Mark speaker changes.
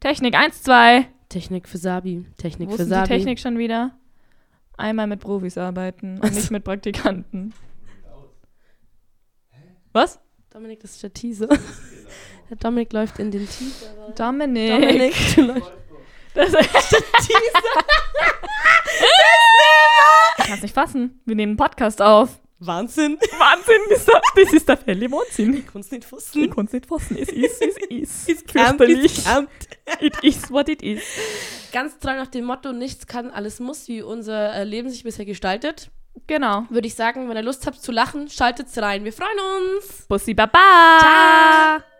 Speaker 1: Technik 1, 2.
Speaker 2: Technik für Sabi. Technik
Speaker 1: Wo
Speaker 2: für
Speaker 1: ist denn die
Speaker 2: Sabi.
Speaker 1: Technik schon wieder? Einmal mit Profis arbeiten und nicht mit Praktikanten. Was?
Speaker 2: Dominik, das ist der Teaser. Der Dominik läuft in den Teaser.
Speaker 1: Dominik.
Speaker 2: Dominik, du läufst.
Speaker 1: Das ist Ich kann's nicht fassen. Wir nehmen einen Podcast auf.
Speaker 2: Wahnsinn.
Speaker 1: Wahnsinn, ist das, das ist der Fälle Wahnsinn.
Speaker 2: Kunst nicht wussten.
Speaker 1: Ich kann's nicht fassen. Es ist, es ist. Es ist
Speaker 2: Fürchterlich.
Speaker 1: fürchterlich. It is what it is.
Speaker 2: Ganz treu nach dem Motto, nichts kann, alles muss, wie unser äh, Leben sich bisher gestaltet.
Speaker 1: Genau.
Speaker 2: Würde ich sagen, wenn ihr Lust habt zu lachen, schaltet's rein. Wir freuen uns.
Speaker 1: Bussi Baba.
Speaker 2: Ciao.